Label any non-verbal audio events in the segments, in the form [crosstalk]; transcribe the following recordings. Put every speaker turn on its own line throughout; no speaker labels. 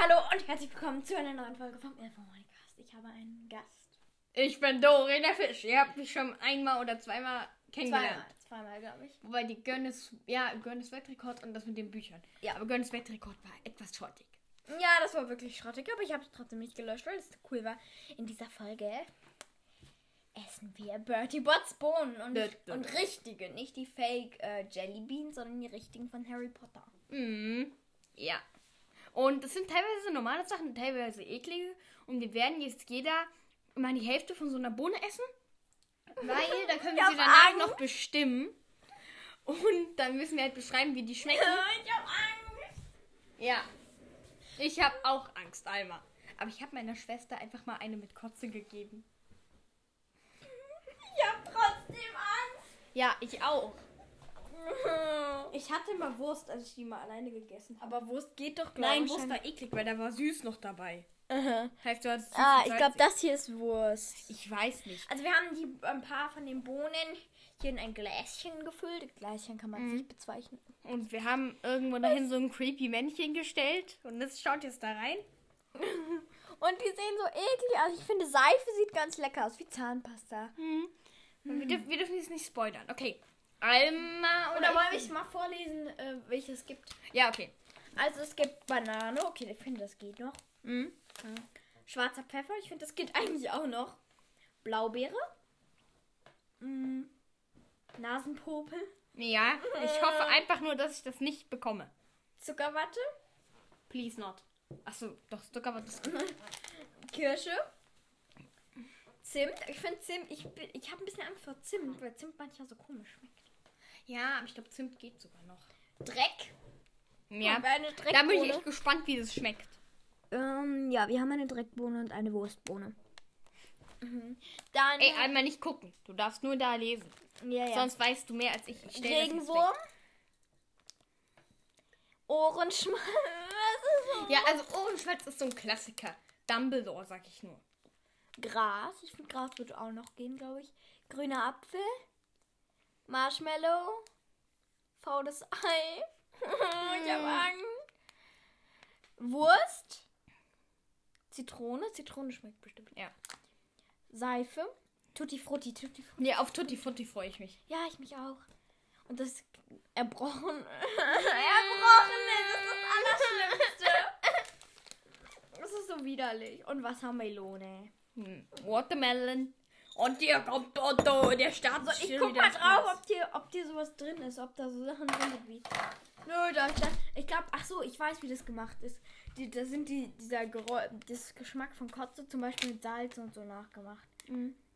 Hallo und herzlich willkommen zu einer neuen Folge vom Informonicast. Ich habe einen Gast.
Ich bin Dore der Fisch. Ihr habt mich schon einmal oder zweimal kennengelernt.
Zweimal, zweimal glaube ich.
Wobei die Gönnes, ja, Gönnes Weltrekord und das mit den Büchern.
Ja.
Aber Gönnes Weltrekord war etwas schrottig.
Ja, das war wirklich schrottig, aber ich habe es trotzdem nicht gelöscht, weil es cool war. In dieser Folge essen wir Bertie Botts Bohnen und,
Dö, dö.
und richtige, nicht die Fake äh, Jelly Beans, sondern die richtigen von Harry
[laughs]
Potter.
Mhm. Ja. Und das sind teilweise normale Sachen, teilweise eklige. Und wir werden jetzt jeder mal die Hälfte von so einer Bohne essen. Weil da können wir
Ja,
sie danach
Mann.
noch bestimmen. Und dann müssen wir halt beschreiben, wie die schmecken.
Ich habe Angst.
Ja. Ich habe auch Angst, Alma. Aber ich habe meiner Schwester einfach mal eine mit Kotze gegeben.
Ich habe trotzdem Angst. [laughs]
Ja, ich auch. Ich hatte mal Wurst, als ich die mal alleine gegessen
Aber Wurst geht doch, glaube ich.
Nein, Wurst war eklig, weil da war süß noch dabei. Heißt, du hast
Ah, ich glaube,
das.
das hier ist Wurst.
Ich weiß nicht.
Also wir haben die ein paar von den Bohnen hier in ein Gläschen gefüllt. Gläschen kann man es nicht bezeichnen.
Und wir haben irgendwo dahin so ein creepy Männchen gestellt. Und das schaut jetzt da rein.
Und die sehen so eklig aus. Ich finde, Seife sieht ganz lecker aus, wie Zahnpasta.
Und wir, dürfen, wir dürfen jetzt nicht spoilern. Okay. Alma oder,
Oder wollen wir es mal vorlesen, äh, welche es gibt?
Ja, okay.
Also es gibt Banane, okay, ich finde, das geht noch.
Mhm.
Schwarzer Pfeffer, ich finde, das geht [laughs] eigentlich auch noch. Blaubeere. Mhm. Nasenpopel.
Ja,
Äh.
ich hoffe einfach nur, dass ich das nicht bekomme.
Zuckerwatte.
Please not. Achso, doch, Zucker war das.
Kirsche. Zimt. Ich finde Zimt, ich, bin- ich habe ein bisschen Angst vor Zimt, weil Zimt manchmal so komisch schmeckt.
Ja, aber ich glaube, Zimt geht sogar noch.
Dreck.
Ja,
Und eine
da bin ich
Dreckbohne.
echt gespannt, wie das schmeckt.
Ähm, ja, wir haben eine Dreckbohne und eine Wurstbohne.
Dann
Ey, einmal nicht gucken. Du darfst nur da lesen.
ja, ja.
Sonst weißt du mehr als ich. ich stell das jetzt
Regenwurm. Ohrenschmalz. [laughs] Was
weg. Ja, also Ohrenschmalz ist so ein Klassiker. Dumbledore, sag ich nur.
ist das? Gras. Ich finde, Gras würde auch noch gehen, glaube ich. Grüner Apfel. Marshmallow. Faules [laughs] Ei. ich habe Angst. Wurst. Zitrone. Zitrone schmeckt bestimmt.
Ja.
Seife. Tutti Frutti. Tutti Frutti.
Ja, auf Tutti Frutti freue ich mich.
Ja, ich mich auch. Und das Erbrochene. Erbrochene, das ist das Allerschlimmste. [laughs] Das ist so widerlich. Und Wassermelone.
Hm. Watermelon. Und hier kommt Otto, der startet
Ich
schon
guck
wieder
mal
ins
drauf,
Netz.
ob dir, ob dir sowas drin ist, ob da so Sachen drin sind wie. Nö, da ich da. Ich glaube, ach so, ich weiß, wie das gemacht ist. Die, da sind die, dieser Geräu das Geschmack von Kotze zum Beispiel mit Salz und so nachgemacht.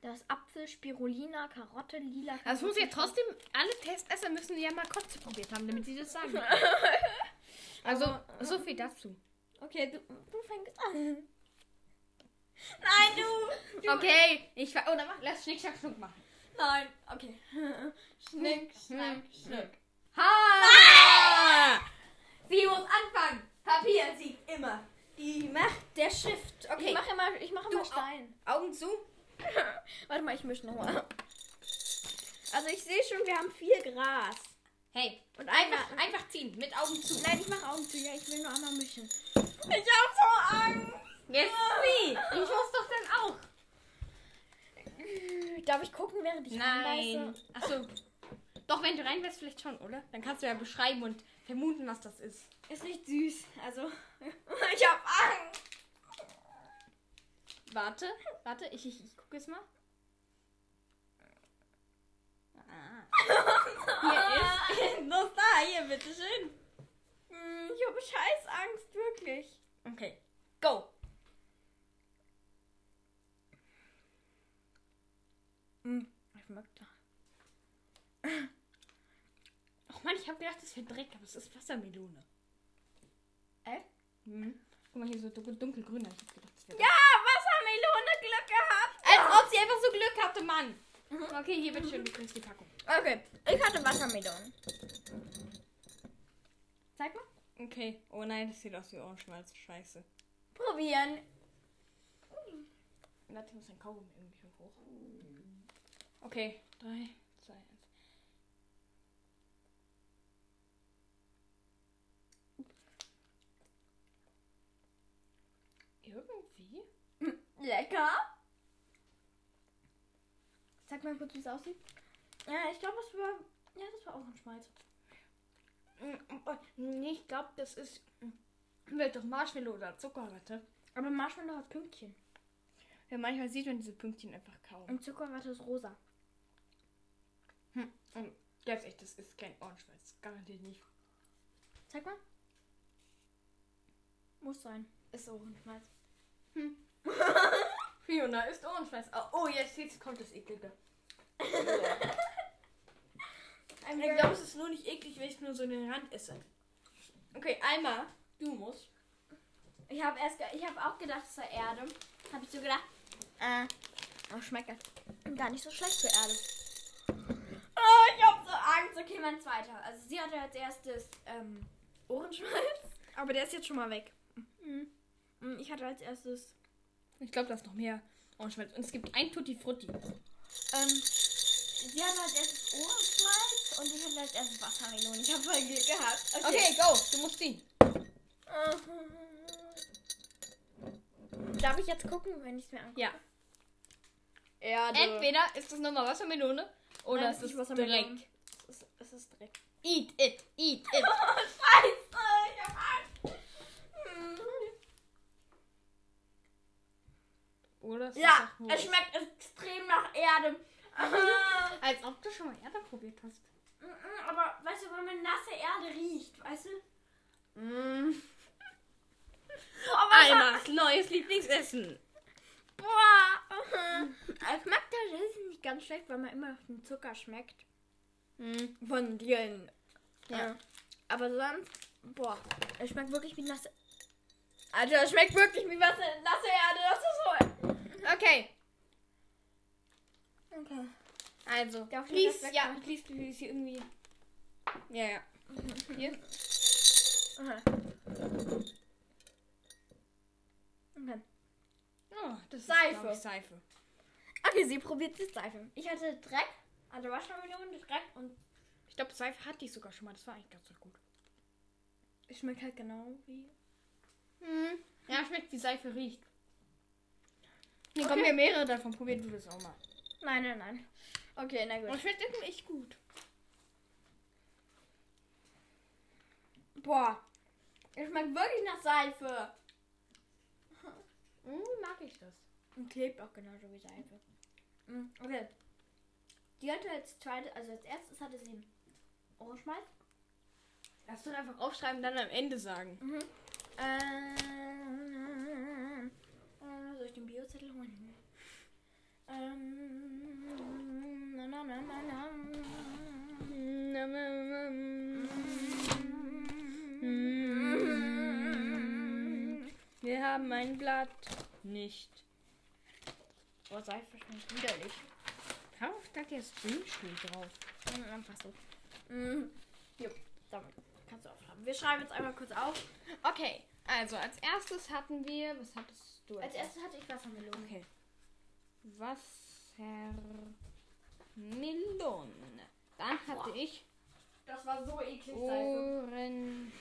Da ist Apfel, Spirulina, Karotte, lila Karotte.
Das muss ja trotzdem, alle Testesser müssen ja mal Kotze probiert haben, damit sie das sagen. [laughs] Also, so viel dazu.
Okay, du, du fängst an. [laughs] Nein, du!
Okay, ich war. Oder mach, lass Schnick, Schnack, Schnuck machen.
Nein, okay. Schnick, schnack, schnuck.
Ha!
Sie muss anfangen. Papier siegt immer. Die Macht der Shift. Okay. Ich
Ich
mache
mach
immer, ich mache immer
immer
Stein.
Augen zu.
Warte mal, ich mische nochmal. Also ich sehe schon, wir haben viel Gras.
Hey,
Und
einfach,
einer.
einfach ziehen, mit Augen zu.
Nein, ich mache Augen zu. Ja, ich will nur einmal mischen. Ich habe so
Jetzt sie. Ich muss doch dann auch.
Angst. Darf ich gucken, während ich
Nein.
reinbeiße?
Achso. Doch, wenn du rein wärst, vielleicht schon, oder? Dann kannst du ja beschreiben und vermuten, was das ist.
Ist nicht süß. Also, [laughs] ich habe Angst. [laughs]
Warte, warte, ich, ich, ich gucke es mal. Ah. Hier ist.
Los da, hier, bitteschön. Hm, Ich habe scheiß Angst, wirklich.
Okay, go.
Hm, Ich mag da.
Oh Mann, ich habe gedacht, das wäre Dreck, aber es ist Wassermelone.
Äh?
Mhm. Guck mal, hier so dunkel, dunkelgrün. Ich hab gedacht, das wäre
Ja, Wassermelone, Glück gehabt.
Als ob sie einfach so Glück hatte, Mann. Okay, hier bitte schön, du kriegst die Packung.
Okay, ich hatte Wassermelone. Zeig mal.
Okay. Oh nein, das sieht aus wie Ohrenschmalz. Scheiße.
Probieren.
Warte, ich muss dein Kaugummi irgendwie hoch. Mhm. Okay. Drei, zwei, eins. Irgendwie?
Lecker. Sag mal kurz, wie es aussieht. Ja, ich glaube, das war. Ja, das war auch ein Schmalz.
Mm, oh, Nee, ich glaube, das ist vielleicht doch Marshmallow oder Zuckerwatte.
Aber Marshmallow hat Pünktchen.
Ja, manchmal sieht man diese Pünktchen einfach kaum.
Und Zuckerwatte ist rosa.
Und ganz echt, das ist kein Ohrenschmalz. Garantiert nicht.
Zeig mal. Muss sein. Ist Ohrenschmalz.
Fiona ist Ohrenschmalz. Oh, oh, jetzt, jetzt kommt das [laughs] Eklige. Ich glaube, es ist nur nicht eklig, wenn ich nur so den Rand esse. Okay, einmal. Du musst.
Ich habe erst, ge- ich habe auch gedacht, es sei Erde. Habe ich so gedacht. Äh, oh, schmeckt ja gar nicht so schlecht für Erde. Oh, ich habe so Angst. Okay, mein zweiter. Also sie hatte als erstes ähm, Ohrenschmalz. Aber der ist jetzt schon mal weg. Mhm. Ich hatte als erstes
Ich glaube, da ist noch mehr Ohrenschmalz. Und es gibt ein Tutti Frutti.
Ähm, sie hatte als erstes Ohrenschmalz und ich hatte als erstes Wassermelone. Ich habe voll Glück gehabt.
Okay, go. Du musst ziehen.
Darf ich jetzt gucken, wenn ich es mir angucke?
Ja. Entweder ist das nochmal Wassermelone oder
Nein,
es
es ist
ist
Wassermelone.
Dreck.
Es ist, es ist Dreck.
Eat it, eat it.
Scheiße, ich hab Angst.
Oder es
Ja,
ist auch
es schmeckt extrem nach Erde. Ah,
Als ob du schon mal Erde probiert hast.
mm, [laughs] Aber weißt du, wenn man nasse Erde riecht, weißt du? Mm. Aber
Almas neues Lieblingsessen.
Boah. [laughs] Es schmeckt tatsächlich nicht ganz schlecht, weil man immer auf den Zucker schmeckt.
Hm,
Von Dielen.
Ja.
Aber sonst, boah, es schmeckt wirklich wie nasse. Also, es schmeckt wirklich wie was, nasse Erde. Das ist
Okay,
so. Okay.
also.
Darf ich
Please,
das weg-
ja, please, please, hier irgendwie. Ja, ja. Hier.
okay.
Oh, das
Seife.
ist glaub ich, Seife.
Okay, sie probiert die Seife. Ich hatte Dreck, also Waschmelone, Dreck und
Ich glaube, Seife hatte ich sogar schon mal. Das war eigentlich ganz so gut.
es schmeckt halt genau wie.
Ja, schmeckt wie Seife riecht. Hier kommen ja mehrere davon. Probier du das auch mal.
Nein, nein, nein. Okay, na
Und
gut.
schmeckt irgendwie echt gut.
Boah, es schmeckt wirklich nach Seife.
Mm, mag ich das.
Und klebt auch genauso wie Seife. Mm, Okay. Die hatte als zweites, also als erstes hatte sie Ohrenschmalz.
Lass doch einfach aufschreiben und dann am Ende sagen.
Mhm. Ähm, äh, soll ich den Biozettel holen? Ähm, na, na, na, na, na.
Wir haben ein Blatt nicht.
Boah, Seife schmeckt Oh, widerlich.
Darauf da jetzt Grünstuhl drauf.
Mm, Einfach so. Mm. Jo, damit kannst du aufschreiben. Wir schreiben jetzt einmal kurz auf.
Okay, also als erstes hatten wir. Was hattest du?
Als erstes hatte ich Wassermelone.
Okay. Wassermelone. Dann hatte ich
Das war so eklig,
Ohrenschmalz.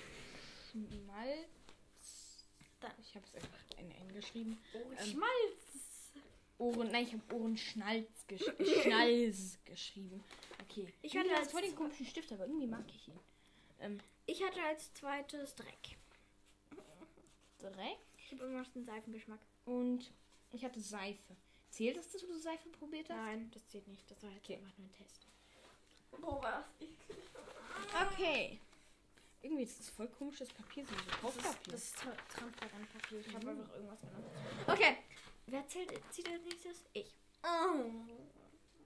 Dann-
Ich habe es einfach in N geschrieben.
Oh,
Ähm,
Schmalz.
Ohren, nein, ich habe Ohrenschnalz gesch äh,
[laughs]
Schnalz geschrieben. Okay.
Ich
Irgendwie
hatte
hat
als-
voll den komischen Stift, aber irgendwie mag ich ihn. Ähm,
Ich hatte als zweites Dreck.
Dreck
Ich habe immer noch den Seifengeschmack.
und ich hatte Seife. Zählt das, dass du Seife probiert hast?
Nein, das zählt nicht. Das war jetzt
Okay.
einfach nur ein Test. Boah, war das eklig.
Okay. Irgendwie ist das voll komisches Papier, so so Kaufpapier.
Das ist tra transparent Papier. Ich
Mhm.
habe einfach irgendwas genommen.
Okay.
Wer zählt, zieht als nächstes? Ich. Oh.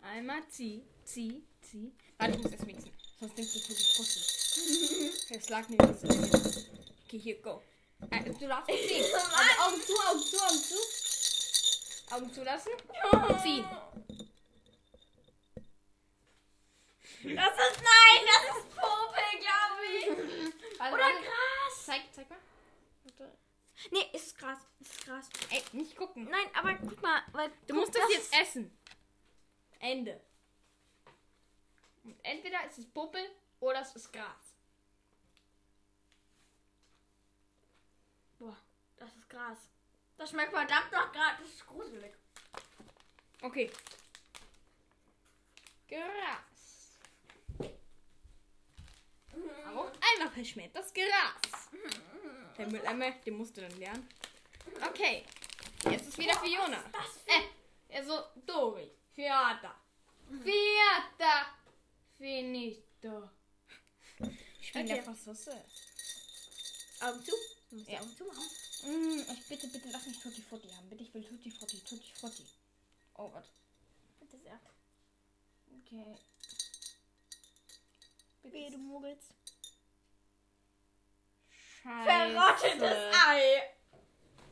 Einmal zieh, zieh, zieh. Warte, ich muss erst mixen. Sonst denkst du, ich bin gefrustet. [laughs] Es lag mir nicht so. Okay, hier, go. Äh, du darfst nicht [laughs] ziehen. Also Augen zu, Augen zu, Augen zu. Augen zulassen. Ziehen.
Das ist nein, das ist Popel, [laughs] glaube ich.
Warte,
Oder
warte.
Gras.
Zeig, zeig mal.
Nee, es ist Gras. Es ist Gras.
Ey, nicht gucken.
Nein, aber guck mal, weil
Du musst das, jetzt essen. Ende. Und entweder ist es Popel oder es ist Gras.
Boah, das ist Gras. Das schmeckt verdammt nach gerade. Das ist gruselig.
Okay. Gras. Auch einmal verschmäht das Gras. Der Mülleimer, den musst du dann lernen. Okay. Jetzt ist wieder Fiona. Äh, also Dori. Fiata. Mhm. Fiata. Finito. Ich bin
Okay.
der Fassosse.
Augen zu. Du musst
Ja.
die Augen zumachen.
Mm, ich bitte, bitte lass mich Tutti Frutti haben. Bitte, ich will Tutti Frutti, Tutti Frutti. Oh Gott.
Bitte sehr.
Okay.
Wehe, du mogelst.
Verrottetes Ei.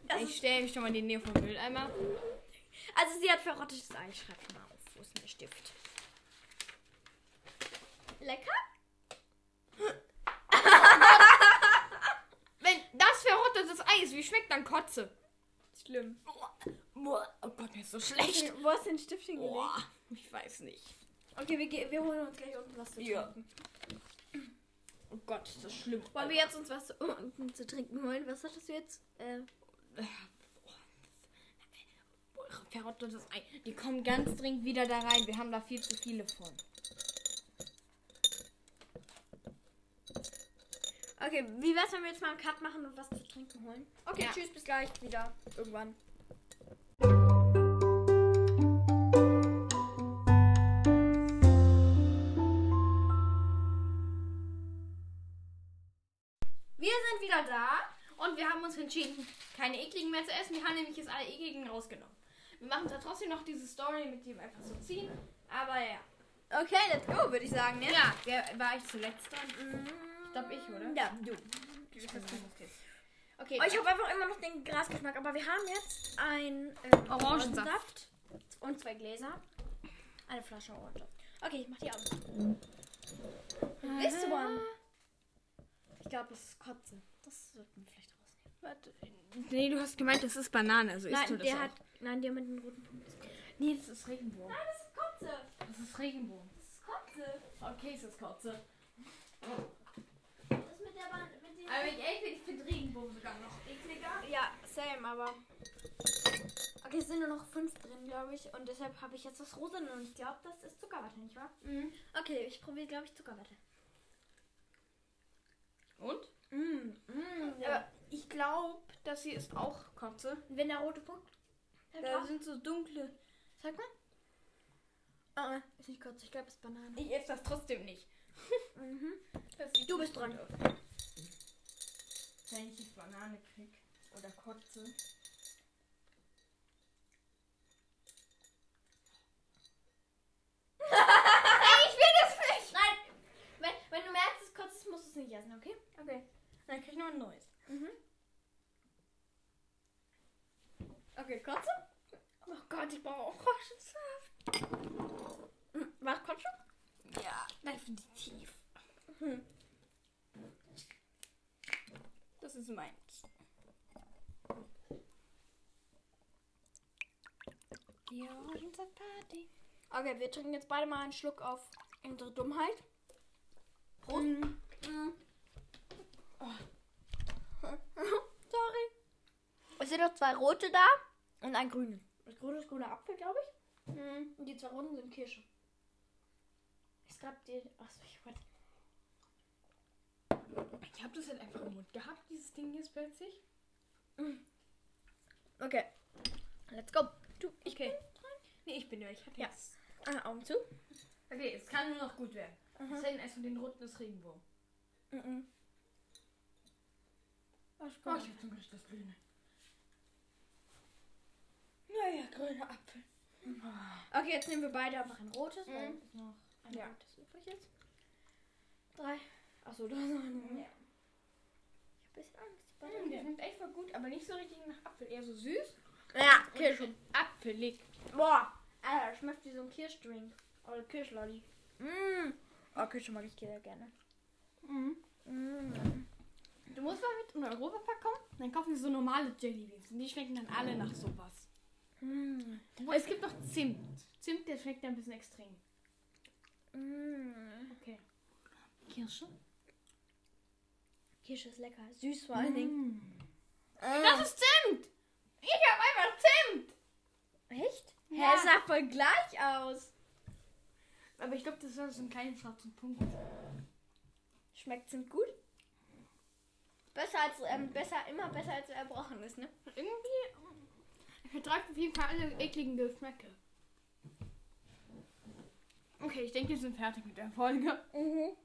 Das
Ich stelle mich schon mal in die Nähe vom Mülleimer.
Also sie hat verrottetes Ei. Ich schreib's mal auf. Wo ist mein Stift? Lecker?
Wenn das verrottetes Ei ist, wie schmeckt dann Kotze?
Schlimm.
Boah, Oh Gott, mir ist so schlecht.
Wo hast du den Stiftchen gelegt?
Boah, ich weiß nicht.
Okay, wir, ge- wir holen uns gleich unten was zu
Ja.
trinken.
Oh Gott, ist das schlimm.
Wollen wir jetzt uns was zu, oh, unten zu trinken holen? Was hattest du jetzt? Äh,
Boah, verrottetes Ei. Die kommen ganz dringend wieder da rein. Wir haben da viel zu viele von.
okay, wie wär's, wenn wir jetzt mal einen Cut machen und was zu trinken holen? Okay,
Ja.
tschüss, bis gleich wieder. Irgendwann.
Wir sind wieder da und wir haben uns entschieden, keine ekligen mehr zu essen. Wir haben nämlich jetzt alle ekligen rausgenommen. Wir machen zwar trotzdem noch diese Story mit dem einfach so ziehen, aber ja.
Okay, let's go, würde ich sagen. Ne?
Ja, wer, war ich zuletzt dran?
Ich
glaub, ich, oder?
Ja, du.
Okay,
Oh, ich habe einfach immer noch den Grasgeschmack, aber wir haben jetzt ein ähm,
Orangensaft.
und zwei Gläser. Eine Flasche Orangensaft. Okay, ich mach die Augen. zu. This
Ah.
one. Ich glaube, das ist Kotze. Das sollten wir vielleicht rausnehmen.
Warte. Nee, du hast gemeint, das ist Banane, also isst du
Nein,
das
der
auch?
hat. Nein, der mit den roten Punkten.
Nee, das ist Regenwurm.
Das ist Kotze.
Das ist Regenwurm.
Das ist Kotze.
Okay, es ist Kotze.
Das mit der Bahn. Mit den
Aber ich, ich finde Regenwurm sogar noch.
ekliger. Ja, same, aber. Okay, es sind nur noch fünf drin, glaube ich. Und deshalb habe ich jetzt das Rosane und ich glaube, das ist Zuckerwatte, nicht wahr?
Mhm.
Okay, ich probiere, glaube ich, Zuckerwatte.
Und?
Mm, mm, ja.
Aber ich glaube, das hier ist auch Kotze.
Wenn der rote Punkt.
Da sind so dunkle.
Sag mal. Ah, ist nicht kurz, ich glaube, es ist Banane.
Ich esse das trotzdem nicht.
Mhm.
Das
Du bist dran.
Wenn ich jetzt Banane krieg oder Kotze.
Ich will das nicht! Nein! Wenn, wenn du merkst, es ist kurz ist, musst du es nicht essen, okay? Okay.
Dann krieg ich noch ein neues.
Mhm.
Okay, Kotze?
Oh Gott, ich brauche Orangensaft. Mhm. War es kurz schon?
Ja, definitiv.
Hm.
Das ist meins. Die Orangensaft-Party.
Okay, wir trinken jetzt beide mal einen Schluck auf unsere Dummheit. Mm, Prost. [laughs] Sorry.
Es sind noch zwei rote da und ein grüne. Mhm.
Das grüne ist grüner Apfel, glaube ich. Und die zwei roten sind Kirsche. Es gab die. Achso, ich wollte.
Ich hab das halt einfach im Mund gehabt, dieses Ding jetzt plötzlich.
Okay. Let's go. Du, ich
Okay. Nee, ich bin ja, ich hatte
Ja.
jetzt.
Äh,
bin. Ah, Augen zu.
Okay, es kann nur noch gut werden. halt Deswegen essen wir den roten des Regenbogen.
Mhm. Oh, ich
Oh, ich hab zum Glück das grüne. Naja, grüner Apfel.
Okay, jetzt nehmen wir beide einfach ein rotes, weil
Mhm.
es noch ein
Ja.
rotes übrig ist. Drei. Achso, du hast noch einen. Ich
Ja.
hab ein bisschen Angst. Bei
Mm, der schmeckt echt voll gut, aber nicht so richtig nach Apfel. Eher so süß.
Ja, Kirsche.
Apfelig.
Boah, Alter, das schmeckt wie so ein Kirschdrink. Oder Kirschlolli. Mm. Oh, Kirsche mag ich sehr gerne.
Mhm.
Mm.
Du musst mal mit in Europa kommen, dann kaufen wir so normale Jellybeans. Und die schmecken dann alle nach sowas.
Mm.
Obwohl, es gibt noch Zimt. Zimt, der schmeckt ein bisschen extrem.
Mm.
Okay. Kirsche? Mhm.
Kirsche Mm. ist lecker. Süß vor allen Dingen.
Das ist Zimt! Ich
voll gleich aus.
Aber ich glaube, das war so ein kleiner schwarzer Punkt.
Schmeckt sind gut. Besser als, ähm, besser, immer besser als erbrochen ist, ne?
Irgendwie. Ich vertrage auf jeden Fall alle ekligen Geschmäcke. Okay, ich denke, wir sind fertig mit der Folge.
Mhm.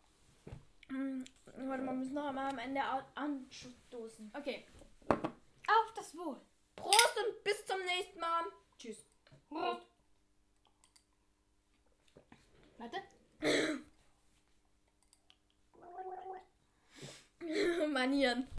Hm, Warte mal, wir müssen noch einmal am Ende au- anstoßen.
Okay. Auf das Wohl.
Prost und bis zum nächsten Mal. Tschüss. [laughs]
Prost. Warte.
Manieren.